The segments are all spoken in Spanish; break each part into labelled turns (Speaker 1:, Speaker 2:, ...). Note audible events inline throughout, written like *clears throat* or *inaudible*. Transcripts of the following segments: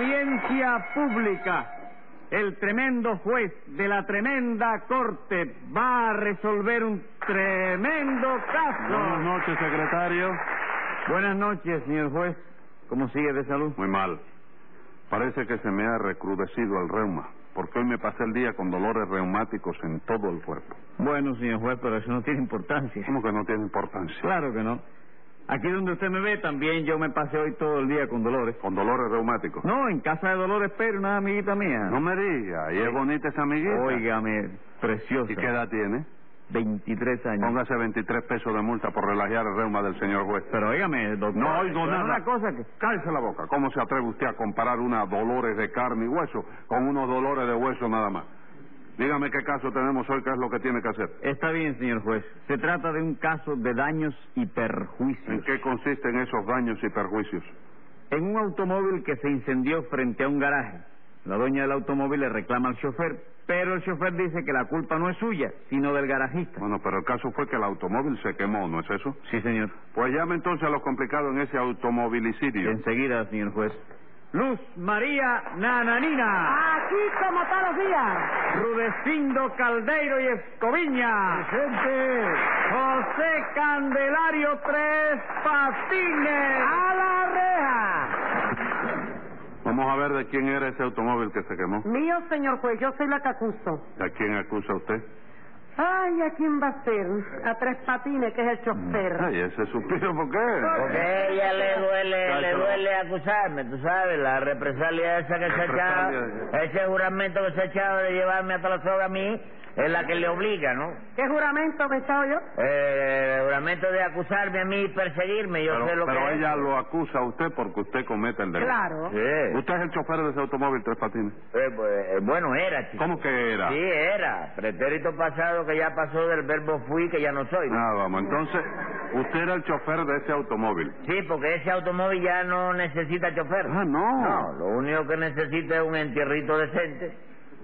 Speaker 1: audiencia pública. El tremendo juez de la tremenda corte va a resolver un tremendo caso.
Speaker 2: Buenas noches, secretario.
Speaker 1: Buenas noches, señor juez. ¿Cómo sigue de salud?
Speaker 2: Muy mal. Parece que se me ha recrudecido el reuma, porque hoy me pasé el día con dolores reumáticos en todo el cuerpo.
Speaker 1: Bueno, señor juez, pero eso no tiene importancia.
Speaker 2: ¿Cómo que no tiene importancia?
Speaker 1: Claro que no. Aquí donde usted me ve también yo me pasé hoy todo el día con dolores.
Speaker 2: Con dolores reumáticos. Ah.
Speaker 1: No, en casa de Dolores Pérez, una amiguita mía.
Speaker 2: No me diga, y es bonita esa amiguita.
Speaker 1: Óigame, preciosa.
Speaker 2: ¿Y qué edad tiene?
Speaker 1: 23 años.
Speaker 2: Póngase 23 pesos de multa por relajar el reuma del señor juez.
Speaker 1: Pero óigame, doctor.
Speaker 2: No oigo
Speaker 1: pero
Speaker 2: nada.
Speaker 1: Una cosa que...
Speaker 2: Cállese la boca. ¿Cómo se atreve usted a comparar unas dolores de carne y hueso con unos dolores de hueso nada más? Dígame qué caso tenemos hoy, qué es lo que tiene que hacer.
Speaker 1: Está bien, señor juez. Se trata de un caso de daños y
Speaker 2: ¿En
Speaker 1: perjuicios.
Speaker 2: qué consisten esos daños y perjuicios?
Speaker 1: En un automóvil que se incendió frente a un garaje. La dueña del automóvil le reclama al chofer, pero el chofer dice que la culpa no es suya, sino del garajista.
Speaker 2: Bueno, pero el caso fue que el automóvil se quemó, ¿no es eso?
Speaker 1: Sí, señor.
Speaker 2: Pues llame entonces a lo complicado en ese automovilicidio.
Speaker 1: Enseguida, señor juez. Luz María Nananina,
Speaker 3: Aquí como todos los días.
Speaker 1: Rudecindo Caldeiro y Escoviña, José Candelario Tres Patines.
Speaker 3: A la reja.
Speaker 2: Vamos a ver de quién era ese automóvil que se quemó.
Speaker 3: Mío, señor juez, yo soy la que acuso.
Speaker 4: Mm.
Speaker 2: ¿A quién acusa usted?
Speaker 3: Ay, ¿a quién va a ser? A Tres Patines, que es el chofer.
Speaker 2: Ay, ese suspiro, ¿por qué?
Speaker 4: Porque a
Speaker 1: Eh,
Speaker 4: ella le duele, le
Speaker 2: Cállate la
Speaker 4: duele acusarme, tú sabes, la represalia esa que se ha echado,
Speaker 2: Represalia.
Speaker 4: ese juramento que se ha echado de llevarme hasta la soga a mí, es la que le obliga, ¿no?
Speaker 3: ¿Qué juramento me he echado yo?
Speaker 4: Eh, el juramento de acusarme a mí y perseguirme, yo
Speaker 2: pero
Speaker 4: sé lo
Speaker 2: pero
Speaker 4: que es.
Speaker 2: ella lo acusa a usted porque usted comete el delito.
Speaker 3: Claro.
Speaker 4: Sí.
Speaker 2: Usted es el chofer de ese automóvil, Tres Patines.
Speaker 4: Eh, pues, eh, bueno, era, chico.
Speaker 2: ¿Cómo que era?
Speaker 4: Sí, era. Pretérito pasado que ya pasó del verbo fui, que ya no soy.
Speaker 2: Ah, vamos, entonces, usted era el chofer de ese automóvil.
Speaker 4: Sí, porque ese automóvil ya no necesita chofer.
Speaker 2: Ah, no.
Speaker 4: No, lo único que necesita es un entierrito decente,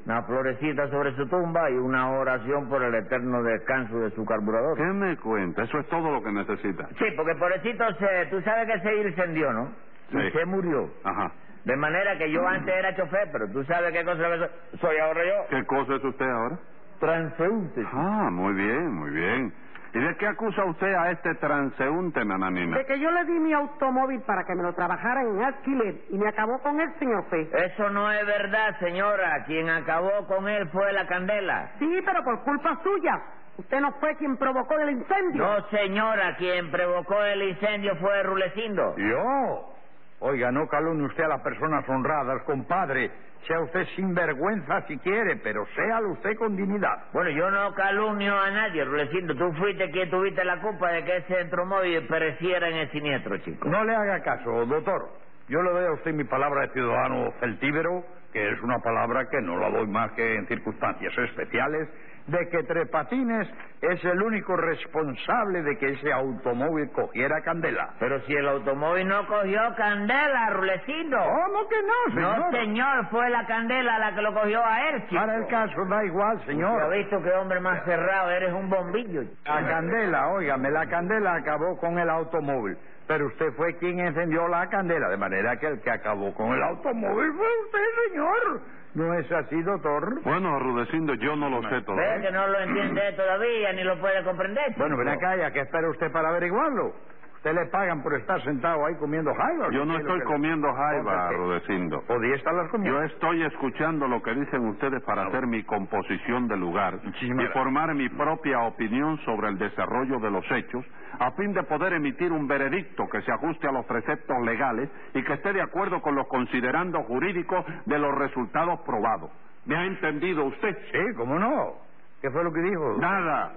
Speaker 4: una florecita sobre su tumba y una oración por el eterno descanso de su
Speaker 2: ¿Qué
Speaker 4: carburador.
Speaker 2: me cuenta? Eso es todo lo que necesita.
Speaker 4: Sí, porque pobrecito, se, tú sabes que se incendió, ¿no?
Speaker 2: Sí.
Speaker 4: Y se murió.
Speaker 2: Ajá.
Speaker 4: De manera que yo antes era chofer, pero tú sabes qué cosa que soy, soy ahora yo.
Speaker 2: ¿Qué cosa es usted ahora?
Speaker 4: Transeúnte.
Speaker 2: Ah, muy bien, muy bien. ¿Y de qué acusa usted a este transeúnte, nananina?
Speaker 3: De que yo le di mi automóvil para que me lo trabajaran en alquiler y me acabó con el señor juez.
Speaker 4: Eso no es verdad, señora. Quien acabó con él fue la candela.
Speaker 3: Sí, pero por culpa suya. Usted no fue quien provocó el incendio.
Speaker 4: No, señora, quien provocó el incendio fue Rulecindo.
Speaker 5: ¿Yo? Oiga, no calumnie usted a las personas honradas, compadre. Sea usted sinvergüenza si quiere, pero séalo usted con dignidad.
Speaker 4: Bueno, yo no calumnio a nadie, Rulecindo. Tú fuiste quien tuviste la culpa de que ese centromóvil pereciera en el siniestro, chico.
Speaker 5: No le haga caso, doctor. Yo le doy a usted mi palabra de ciudadano celtíbero, que es una palabra que no la doy más que en circunstancias especiales, de que Trepatines es el único responsable de que ese automóvil cogiera candela.
Speaker 4: Pero si el automóvil no cogió candela, Rulecindo.
Speaker 5: ¿Cómo que no, señor?
Speaker 4: No, señor, fue la candela la que lo cogió a él, chico.
Speaker 5: Para el caso, da igual, señor. Ah,
Speaker 4: ¿Has visto qué hombre más cerrado? Eres un bombillo.
Speaker 5: La candela, óigame, la candela acabó con el automóvil. Pero usted fue quien encendió la candela, de manera que el que acabó con el automóvil fue usted, señor. ¿No es así, doctor?
Speaker 2: Bueno, Rudecindo, yo no lo sé todo.
Speaker 4: Ve que no lo
Speaker 5: *clears throat*
Speaker 4: entiende todavía ni lo puede comprender. chico.
Speaker 5: Bueno, ven acá, ya que espera usted para averiguarlo. Usted le pagan por estar sentado ahí comiendo jaiba.
Speaker 2: Yo no
Speaker 5: ¿Qué es lo
Speaker 2: estoy
Speaker 5: que- Oh,
Speaker 2: comiendo jaiba,
Speaker 5: Entonces,
Speaker 2: Rudecindo.
Speaker 5: ¿qué? Podía estarlas comiendo.
Speaker 2: Yo estoy escuchando lo que dicen ustedes para hacer mi composición de lugar
Speaker 5: Muchísimas
Speaker 2: y formar mi propia opinión sobre el desarrollo de los hechos, a fin de poder emitir un veredicto que se ajuste a los preceptos legales y que esté de acuerdo con los considerandos jurídicos de los resultados probados. ¿Me ha entendido usted?
Speaker 5: Sí, ¿cómo no? ¿Qué fue lo que dijo?
Speaker 2: Nada.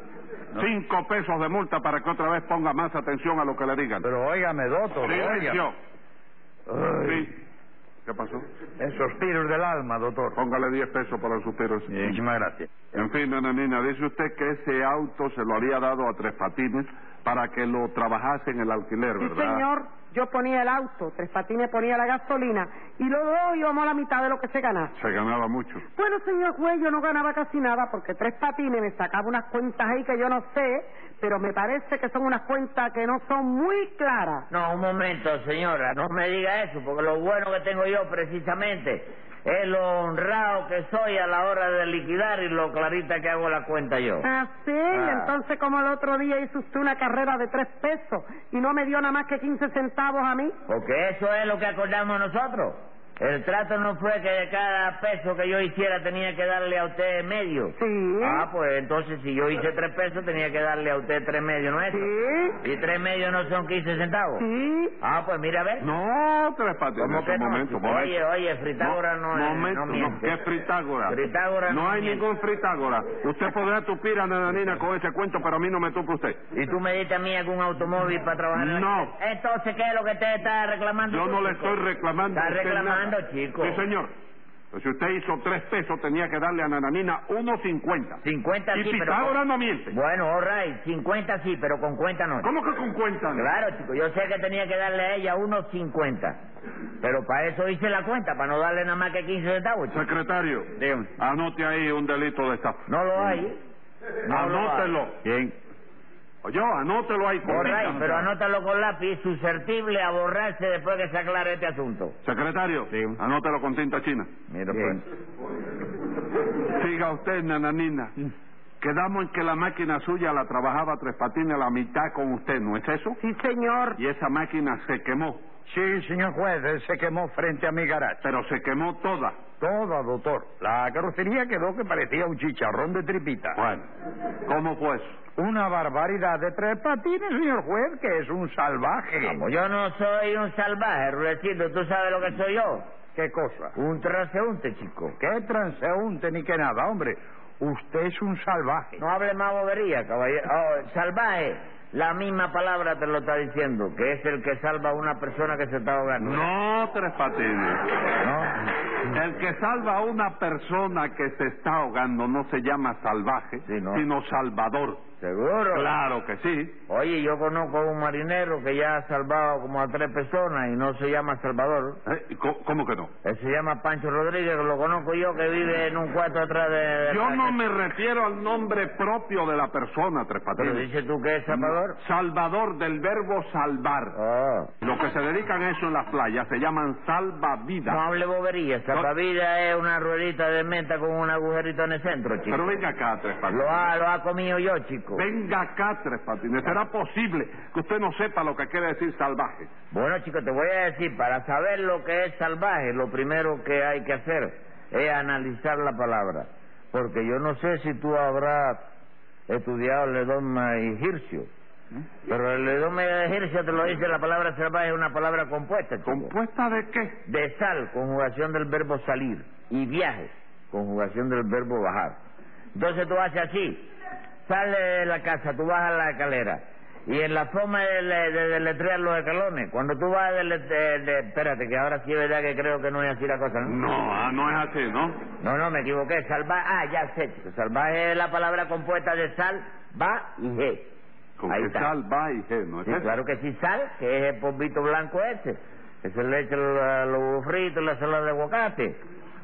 Speaker 2: Cinco pesos de multa para que otra vez ponga más atención a lo que le digan.
Speaker 5: Pero óigame, doctor,
Speaker 2: Silencio.
Speaker 5: óigame. Ay,
Speaker 2: Sí. ¿Qué pasó?
Speaker 5: Esos tiros del alma, doctor.
Speaker 2: Póngale diez pesos para el suspiro. ese.
Speaker 5: Muchísimas gracias.
Speaker 2: En fin, nananina, dice usted que ese auto se lo había dado a Tres Patines para que lo trabajase en el alquiler,
Speaker 3: sí,
Speaker 2: ¿verdad?
Speaker 3: señor. Yo ponía el auto, Tres Patines ponía la gasolina y los dos íbamos a la mitad de lo que se ganaba.
Speaker 2: Se ganaba mucho.
Speaker 3: Bueno, señor juez, yo no ganaba casi nada porque Tres Patines me sacaba unas cuentas ahí que yo no sé, pero me parece que son unas cuentas que no son muy claras.
Speaker 4: No, un momento, señora, no me diga eso, porque lo bueno que tengo yo precisamente es lo honrado que soy a la hora de liquidar y lo clarita que hago la cuenta yo.
Speaker 3: Ah, sí,
Speaker 4: Ah.
Speaker 3: entonces como el otro día hizo usted una carrera de tres pesos y no me dio nada más que 15 centavos a mí.
Speaker 4: Porque eso es lo que acordamos nosotros. El trato no fue que de cada peso que yo hiciera tenía que darle a usted medio.
Speaker 2: ¿Mm?
Speaker 3: Sí.
Speaker 4: Ah, pues entonces si yo hice tres pesos tenía que darle a usted tres medios, ¿no es? eso?
Speaker 3: Sí.
Speaker 4: ¿Y tres medios no son 15 centavos?
Speaker 3: Sí.
Speaker 4: Ah, pues mira, a ver.
Speaker 2: No, Tres Patines.
Speaker 4: ¿Cómo que no?
Speaker 2: momento,
Speaker 4: Oye,
Speaker 2: momento.
Speaker 4: oye, Fritágora no es-
Speaker 2: Momento,
Speaker 4: no miente.
Speaker 2: ¿Qué es Fritágora?
Speaker 4: Fritágora
Speaker 2: No
Speaker 4: no
Speaker 2: hay
Speaker 4: miente.
Speaker 2: ningún Fritágora. Usted podrá tupir a Nananina con ese cuento, pero a mí no me tupe usted.
Speaker 4: ¿Y tú me diste a mí algún automóvil para trabajar? en la-
Speaker 2: No.
Speaker 4: Entonces, ¿qué es lo que usted está reclamando?
Speaker 2: Yo
Speaker 4: tú,
Speaker 2: no le
Speaker 4: chico?
Speaker 2: estoy reclamando. a
Speaker 4: Está
Speaker 2: usted
Speaker 4: reclamando,
Speaker 2: nada.
Speaker 4: chico.
Speaker 2: Sí, señor. Pues si usted hizo tres pesos, tenía que darle a Nananina 1.50.
Speaker 4: 50
Speaker 2: Y
Speaker 4: sí, pero...
Speaker 2: Pitágoras no miente.
Speaker 4: Bueno, all right, 50 sí, pero con cuenta no.
Speaker 2: ¿Cómo que con cuenta? no?
Speaker 4: Claro, chico, yo sé que tenía que darle a ella unos 50. Pero para eso hice la cuenta, para no darle nada más que 15 centavos, chico.
Speaker 2: Secretario,
Speaker 4: Dígame.
Speaker 2: anote ahí un delito de estafa.
Speaker 4: No lo hay. No lo hay.
Speaker 2: Anótelo.
Speaker 1: Bien.
Speaker 2: Oye, Pues anótelo ahí con
Speaker 4: All right,
Speaker 2: tinta.
Speaker 4: pero anótalo con lápiz, susceptible a borrarse después que se aclare este asunto.
Speaker 2: Secretario, anótelo con tinta china.
Speaker 4: Mira, pues,
Speaker 1: Bien.
Speaker 2: Siga usted, nananina. Quedamos en que la máquina suya la trabajaba Tres Patines la mitad con usted, ¿no es eso?
Speaker 3: Sí, señor.
Speaker 2: Y esa máquina se quemó,
Speaker 5: Sí, señor juez, él se quemó frente a mi garaje.
Speaker 2: pero se quemó toda.
Speaker 5: Toda, doctor. La carrocería quedó que parecía un chicharrón de tripita.
Speaker 2: Bueno, ¿cómo fue eso?
Speaker 5: Una barbaridad de tres patines, señor juez, que es un salvaje.
Speaker 4: Como yo no soy un salvaje, Rulecito, tú sabes lo que soy yo.
Speaker 5: ¿Qué cosa?
Speaker 4: Un transeúnte, chico.
Speaker 5: ¿Qué transeúnte ni qué nada, hombre? Usted es un salvaje.
Speaker 4: No hable más bobería, caballero. Oh, salvaje, la misma palabra te lo está diciendo, que es el que salva a una persona que se está ahogando.
Speaker 2: No, Tres Patines. El que salva a una persona que se está ahogando no se llama salvaje,
Speaker 4: Sí, no.
Speaker 2: sino salvador.
Speaker 4: ¿Seguro?
Speaker 2: Claro que sí.
Speaker 4: Oye, yo conozco a un marinero que ya ha salvado como a tres personas y no se llama Salvador.
Speaker 2: Eh, co- ¿Cómo que no?
Speaker 4: Él se llama Pancho Rodríguez, que lo conozco yo, que vive en un cuarto atrás de... de
Speaker 2: Yo
Speaker 4: la
Speaker 2: no
Speaker 4: casa.
Speaker 2: me refiero al nombre propio de la persona, Tres
Speaker 4: ¿Pero
Speaker 2: Patines.
Speaker 4: dices tú que es Salvador?
Speaker 2: Salvador del verbo salvar.
Speaker 4: Ah.
Speaker 2: Los que se dedican a eso en las playas se llaman salvavidas.
Speaker 4: No hable bobería, salvavidas es una ruedita de menta con un agujerito en el centro, chico.
Speaker 2: Pero venga acá, Tres Patines.
Speaker 4: Lo ha, lo ha comido yo, chico.
Speaker 2: Venga acá, Tres Patines. ¿Será posible que usted no sepa lo que quiere decir salvaje?
Speaker 4: Bueno, chico, te voy a decir, para saber lo que es salvaje, lo primero que hay que hacer es analizar la palabra. Porque yo no sé si tú habrás estudiado el Ledoma y Hircio. Pero el Ledoma y Hircio te lo dice, la palabra salvaje es una palabra compuesta, chico.
Speaker 2: ¿Compuesta de qué?
Speaker 4: de sal, conjugación del verbo salir, y viaje, conjugación del verbo bajar. Entonces tú haces así, sales de la casa, tú bajas la escalera, y en la forma de, le- de deletrear los escalones, cuando tú vas de, de- de- Espérate, que ahora sí es verdad que creo que no es así la cosa, ¿no?
Speaker 2: No, ah, no es así, ¿no?
Speaker 4: No, no, me equivoqué, salvaje, ah, ya sé, chico, salvaje es la palabra compuesta de sal, va y je.
Speaker 2: Con
Speaker 4: Ahí
Speaker 2: que
Speaker 4: está.
Speaker 2: salvaje, ¿no es
Speaker 4: Sí,
Speaker 2: eso?
Speaker 4: claro que sí sal, que es el polvito blanco ese, que se le echa a los huevos fritos, la salada de aguacate,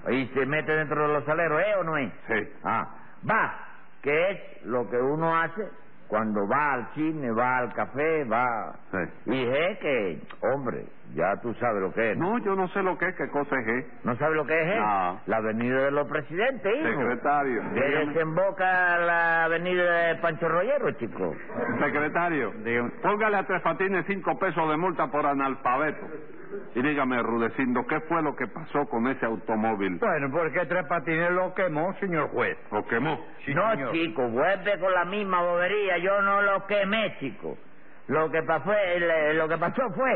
Speaker 4: y se mete dentro de los saleros, ¿eh o no es?
Speaker 2: Sí.
Speaker 4: Ah, va, que es lo que uno hace cuando va al cine, va al café, va...
Speaker 2: Sí.
Speaker 4: Y es que, hombre, ya tú sabes lo que es. ¿No,
Speaker 2: No, yo no sé lo que es, qué cosa es. eh.
Speaker 4: ¿No sabes lo que es? eh?
Speaker 2: No.
Speaker 4: La avenida de los presidentes, hijo.
Speaker 2: Secretario.
Speaker 4: Que desemboca la avenida de Pancho Rollero, chico.
Speaker 2: Secretario, póngale a Tres Patines cinco pesos de multa por analfabeto. Y dígame, Rudecindo, ¿qué fue lo que pasó con ese automóvil?
Speaker 5: Bueno, porque tres patines lo quemó, señor juez.
Speaker 2: ¿Lo quemó?
Speaker 5: Sí,
Speaker 4: no,
Speaker 5: señor. *laughs*
Speaker 4: chico, vuelve con la misma bobería. Yo no lo quemé, chico. Lo que pasó, eh, lo que pasó fue,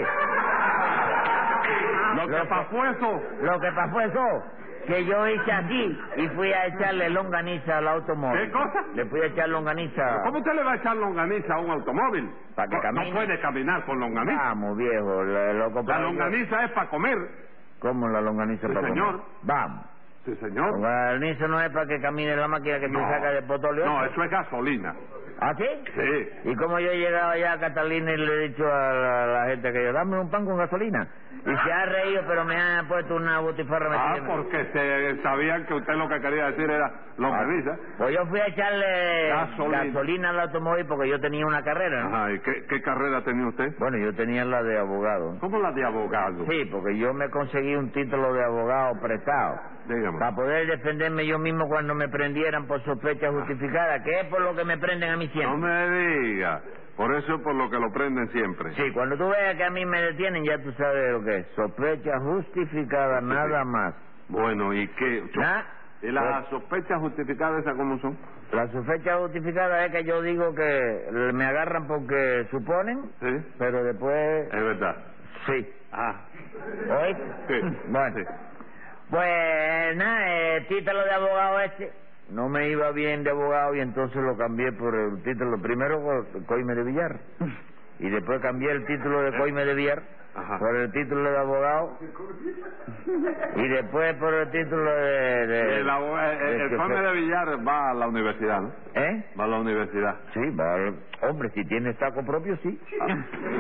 Speaker 2: ¿Lo que
Speaker 4: Loco.
Speaker 2: pasó eso?
Speaker 4: lo que pasó eso, que yo hice aquí y fui a echarle longaniza al automóvil.
Speaker 2: ¿Qué cosa?
Speaker 4: Le fui a echar longaniza.
Speaker 2: ¿Cómo usted le va a echar longaniza a un automóvil?
Speaker 4: Pa' que
Speaker 2: No-
Speaker 4: camine. Ah,
Speaker 2: No puede caminar con longaniza.
Speaker 4: Vamos, viejo, lo, lo
Speaker 2: La
Speaker 4: compré yo.
Speaker 2: longaniza es para comer.
Speaker 4: ¿Cómo la longaniza
Speaker 2: Sí,
Speaker 4: para comer?
Speaker 2: señor.
Speaker 4: Vamos.
Speaker 2: Sí, Sí, señor.
Speaker 4: Porque el niso no es para que camine la máquina que tú sacas de Potolio.
Speaker 2: no, eso es gasolina.
Speaker 4: ¿Ah, sí?
Speaker 2: Sí.
Speaker 4: Y como yo he llegado allá a Catalina y le he dicho a la, a la gente que yo, dame un pan con gasolina. Y se ha reído, pero me ha puesto una botifarra
Speaker 2: Ah,
Speaker 4: metida en-
Speaker 2: porque se sabían que usted lo que quería decir era lo que dice.
Speaker 4: Pues yo fui a echarle
Speaker 2: Gasolina.
Speaker 4: gasolina, al automóvil porque yo tenía una carrera, ¿no?
Speaker 2: Ajá, ¿y qué, qué carrera tenía usted?
Speaker 4: Ah. Bueno, yo tenía la de abogado.
Speaker 2: ¿Cómo la de abogado?
Speaker 4: Sí, porque yo me conseguí un título de abogado prestado.
Speaker 2: Dígame.
Speaker 4: Para poder defenderme yo mismo cuando me prendieran por sospecha justificada, que es por lo que me prenden a mí siempre.
Speaker 2: No me diga. Por eso es por lo que lo prenden siempre.
Speaker 4: Sí, cuando tú veas que a mí me detienen, ya tú sabes lo que es. Sospecha justificada, nada más.
Speaker 2: Bueno, ¿y qué?
Speaker 4: Nah.
Speaker 2: ¿Y las sospechas justificadas esas cómo son?
Speaker 4: La sospecha justificada es que yo digo que me agarran porque suponen,
Speaker 2: Sí.
Speaker 4: pero después...
Speaker 2: Es verdad.
Speaker 4: Sí.
Speaker 2: Ah.
Speaker 4: ¿Oíste?
Speaker 2: Sí.
Speaker 4: Bueno.
Speaker 2: Sí.
Speaker 4: Pues nada, el título de abogado este no me iba bien de abogado y entonces lo cambié por el título primero por Coime de Villar. Y después cambié el título de Coime de Villar
Speaker 2: Ajá.
Speaker 4: por el título de abogado. Y después por el título de. de-
Speaker 2: El, abo- eh, eh,
Speaker 4: de
Speaker 2: el
Speaker 4: chofer.
Speaker 2: Juan de Villar va a la universidad, ¿no?
Speaker 4: ¿Eh?
Speaker 2: Va a la universidad.
Speaker 4: Sí, va- hombre, si tiene taco propio, sí.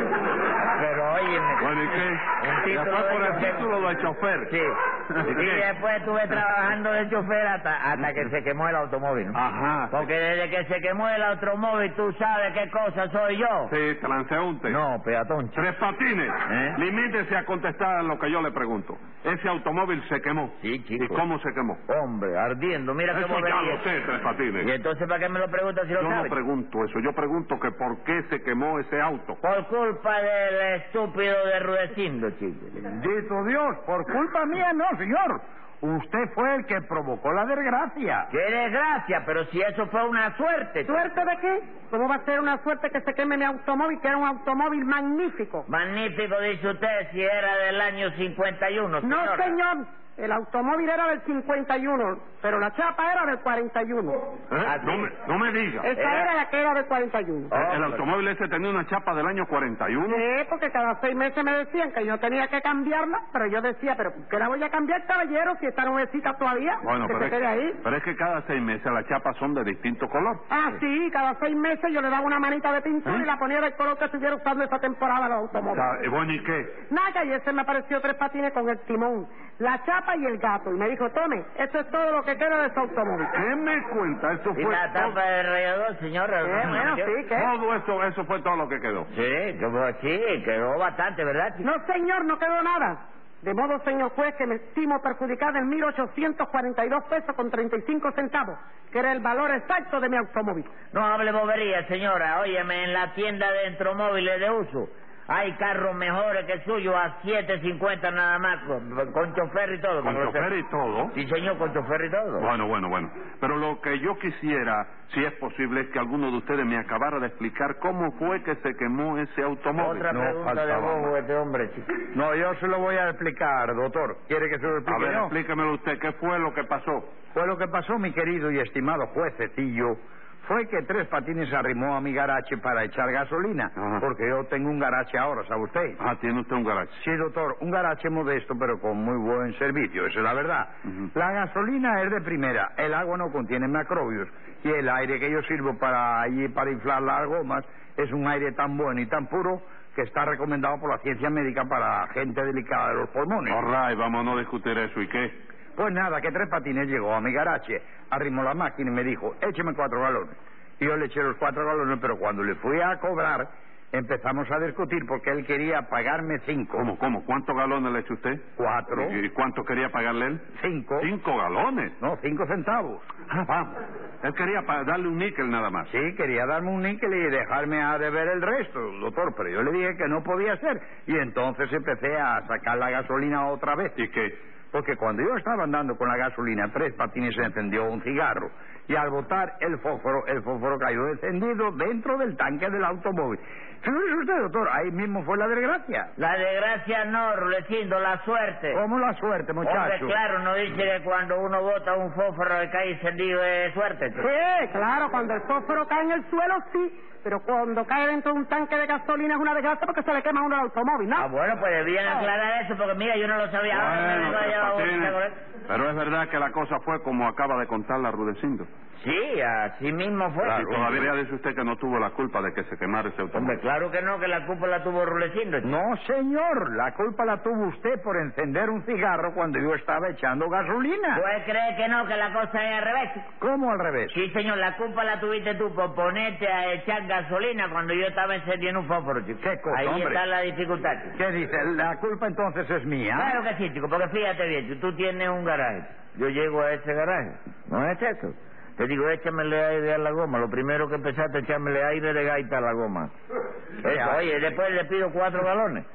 Speaker 4: Pero óyeme.
Speaker 2: Bueno, ¿y
Speaker 4: Un
Speaker 2: qué?
Speaker 4: título
Speaker 2: Después por
Speaker 4: de
Speaker 2: el
Speaker 4: chofer.
Speaker 2: título de chofer.
Speaker 4: Sí. Y
Speaker 2: ¿Qué?
Speaker 4: después estuve trabajando de chofer hasta, hasta que se quemó el automóvil. ¿no?
Speaker 2: Ajá.
Speaker 4: Porque desde que se quemó el automóvil, tú sabes qué cosa soy yo.
Speaker 2: Sí, transeúnte.
Speaker 4: No, peatón. ch-
Speaker 2: Tres patines.
Speaker 4: ¿Eh?
Speaker 2: Limítese a contestar a lo que yo le pregunto. Ese automóvil se quemó.
Speaker 4: Sí, chico.
Speaker 2: ¿Y cómo se quemó?
Speaker 4: Hombre, ardiendo, mira qué
Speaker 2: Eso ya lo
Speaker 4: bobería.
Speaker 2: sé, Tres
Speaker 4: Y
Speaker 2: Patines.
Speaker 4: entonces, ¿para qué me lo preguntas si lo
Speaker 2: Yo no
Speaker 4: sabes?
Speaker 2: pregunto eso, yo pregunto que por qué se quemó ese auto.
Speaker 4: Por culpa del estúpido de Rudecindo, chico.
Speaker 5: Bendito Dios, por culpa mía no, señor. Usted fue el que provocó la desgracia.
Speaker 4: ¡Qué desgracia! Pero si eso fue una suerte. chico.
Speaker 3: ¿Suerte de qué? ¿Cómo va a ser una suerte que se queme mi automóvil, que era un automóvil magnífico?
Speaker 4: Magnífico, dice usted, si era del año
Speaker 3: No,
Speaker 4: 51, señora.
Speaker 3: señor. El automóvil era del 51, pero la chapa era del 41.
Speaker 2: ¿Eh?
Speaker 4: Ah, sí. Oh,
Speaker 2: No, me, no me diga.
Speaker 3: Esa
Speaker 4: Era-
Speaker 3: era, la que era del 41.
Speaker 4: Ah,
Speaker 2: El- El automóvil ese tenía una chapa del año 41.
Speaker 3: Sí, porque cada seis meses me decían que yo tenía que cambiarla, pero yo decía, pero ¿por qué la voy a cambiar, caballero, si está nuevecita todavía?
Speaker 2: Bueno,
Speaker 3: que
Speaker 2: pero
Speaker 3: se quede
Speaker 2: es,
Speaker 3: ahí.
Speaker 2: pero es que cada seis meses las chapas son de distinto color.
Speaker 3: Ah, sí, cada seis meses yo le daba una manita de pintura
Speaker 2: ¿Eh?
Speaker 3: y la ponía del color que estuviera usando esa temporada los automóviles.
Speaker 2: Ah, eh, Bueno, ¿y qué?
Speaker 3: Nada, y ese me apareció tres patines con el timón, la chapa y el gato. Y me dijo, tome, eso es todo lo que queda de su automóvil.
Speaker 2: ¿Qué me cuenta? Eso
Speaker 4: Y
Speaker 2: fue
Speaker 4: la
Speaker 2: todo,
Speaker 4: tapa del radiador, señora.
Speaker 3: Eh,
Speaker 4: ¿no?
Speaker 3: bueno, sí, ¿qué?
Speaker 2: todo eso, eso fue todo lo que quedó.
Speaker 4: Sí, que fue- sí, quedó bastante, ¿verdad? chico?
Speaker 3: No, señor, no quedó nada. De modo, señor juez, que me estimo perjudicada en 1.842 pesos con 35 centavos, que era el valor exacto de mi automóvil.
Speaker 4: No hable bobería, señora. Óyeme, en la tienda de entromóviles de uso hay carros mejores que el suyo a 7.50 nada más, con, con chofer y todo.
Speaker 2: Con
Speaker 4: para que lo
Speaker 2: chofer y
Speaker 4: sepa.
Speaker 2: todo.
Speaker 4: Sí, señor, con chofer y todo.
Speaker 2: Bueno, bueno, bueno. Pero lo que yo quisiera, si es posible, es que alguno de ustedes me acabara de explicar cómo fue que se quemó ese automóvil.
Speaker 4: Otra
Speaker 5: no
Speaker 4: pregunta de
Speaker 5: faltaba
Speaker 4: bobo
Speaker 5: más.
Speaker 4: este hombre, chico.
Speaker 5: No, yo se lo voy a explicar, doctor. ¿Quiere que se lo explique
Speaker 2: A ver,
Speaker 5: yo?
Speaker 2: explíquemelo usted, ¿qué fue lo que pasó?
Speaker 5: Pues lo que pasó, mi querido y estimado juececillo, fue que Tres Patines arrimó a mi garache para echar gasolina,
Speaker 2: Ajá.
Speaker 5: porque yo tengo un garache ahora, ¿sabe usted?
Speaker 2: Ah, tiene usted un garaje.
Speaker 5: Sí, doctor, un garache modesto, pero con muy buen servicio, esa es la verdad.
Speaker 2: Ujú.
Speaker 5: La gasolina es de primera, el agua no contiene macrobios, y el aire que yo sirvo para allí, para inflar las gomas, es un aire tan bueno y tan puro que está recomendado por la ciencia médica para gente delicada de los pulmones.
Speaker 2: All right, vamos a no discutir eso. ¿Y qué?
Speaker 5: Pues nada, que Tres Patines llegó a mi garache, arrimó la máquina y me dijo, écheme cuatro galones. Y yo le eché los cuatro galones, pero cuando le fui a cobrar, empezamos a discutir porque él quería pagarme cinco.
Speaker 2: ¿Cómo, cómo? ¿Cuántos galones le echó usted?
Speaker 5: Cuatro,
Speaker 2: ¿Y, y cuánto quería pagarle él?
Speaker 5: cinco,
Speaker 2: ¿Cinco galones?
Speaker 5: no, cinco centavos.
Speaker 2: Ah, vamos. Él quería pa- darle un níquel nada más.
Speaker 5: Sí, quería darme un níquel y dejarme a deber el resto, doctor, pero yo le dije que no podía ser. Y entonces empecé a sacar la gasolina otra vez.
Speaker 2: ¿Y qué?
Speaker 5: Porque cuando yo estaba andando con la gasolina, tres patines se encendió un cigarro. Y al botar el fósforo, el fósforo cayó encendido dentro del tanque del automóvil. Fíjese usted, doctor, ahí mismo fue la desgracia.
Speaker 4: La desgracia no, Rulecindo, la suerte.
Speaker 2: Oh,
Speaker 5: ¿Cómo la suerte,
Speaker 4: Hombre,
Speaker 5: muchacho?
Speaker 4: claro, no dice que cuando uno bota un fósforo y cae encendido es suerte. chico.
Speaker 3: Sí, claro, cuando el fósforo cae en el suelo, sí, pero cuando cae dentro de un tanque de gasolina es una desgracia porque se le quema uno el automóvil, ¿no?
Speaker 4: Ah, bueno, pues debían aclarar eso, porque mira, yo no lo sabía. Ahora me
Speaker 2: Bueno,
Speaker 4: vengo
Speaker 2: Tres
Speaker 4: yo a un-
Speaker 2: Patines, Pero es verdad que la cosa fue como acaba de contarla Rudecindo.
Speaker 4: Sí, así mismo fue.
Speaker 2: Claro, todavía dice usted que no tuvo la culpa de que se quemara ese
Speaker 4: Hombre,
Speaker 2: automóvil.
Speaker 4: claro que no, que la culpa la tuvo Rulecindo.
Speaker 5: No, señor, la culpa la tuvo usted por encender un cigarro cuando yo estaba echando gasolina.
Speaker 4: ¿Puedes creer que no, que la cosa es al revés?
Speaker 5: ¿Cómo al revés?
Speaker 4: Sí, señor, la culpa la tuviste tú por ponerte a echar gasolina cuando yo estaba encendiendo un fósforo, chico.
Speaker 5: ¿Qué cosa,
Speaker 4: Ahí
Speaker 5: Pues, hombre?
Speaker 4: está la dificultad, chico.
Speaker 5: ¿Qué dice? ¿La culpa entonces es mía?
Speaker 4: Claro que sí, chico, porque fíjate bien, chico, tú tienes un garaje. Yo llego a ese garaje, ¿no es eso? Te digo, échamele aire a la goma. Lo primero que empezaste, échamele aire de gaita a la goma. Eso, oye, después le pido cuatro galones.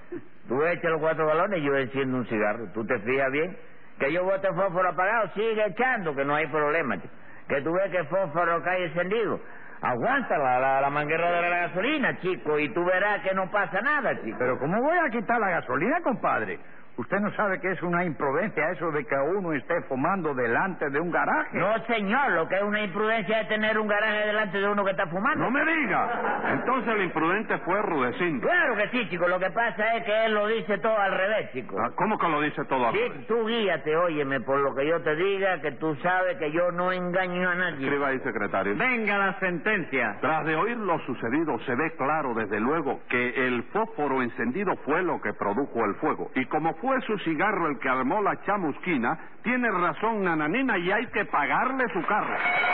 Speaker 4: Tú echas los cuatro galones y yo enciendo un cigarro. ¿Tú te fijas bien? Que yo bote fósforo apagado, sigue echando, que no hay problema. chico. Que tú ves que el fósforo cae encendido. Aguanta la, la, la manguera de la gasolina, chico, y tú verás que no pasa nada, chico.
Speaker 5: Pero ¿cómo voy a quitar la gasolina, compadre? Usted no sabe que es una imprudencia eso de que uno esté fumando delante de un
Speaker 2: *laughs*
Speaker 5: garaje.
Speaker 4: No, señor, lo que es una imprudencia es tener un garaje delante de uno que está fumando.
Speaker 2: ¡No me diga! Entonces el imprudente fue Rudecindo.
Speaker 4: Claro que sí, chico, lo que pasa es que él lo dice todo al revés, chico.
Speaker 2: Ah, ¿Cómo que lo dice todo al
Speaker 4: Sí,
Speaker 2: revés?
Speaker 4: tú guíate, óyeme, por lo que yo te diga, que tú sabes que yo no engaño a nadie.
Speaker 2: Escriba ahí, secretario.
Speaker 1: Venga la sentencia.
Speaker 2: Tras de oír lo sucedido, se ve claro, desde luego, que el fósforo encendido fue lo que produjo el fuego. Y como fue su cigarro el que armó la chamusquina, tiene razón Nananina y hay que pagarle su carro.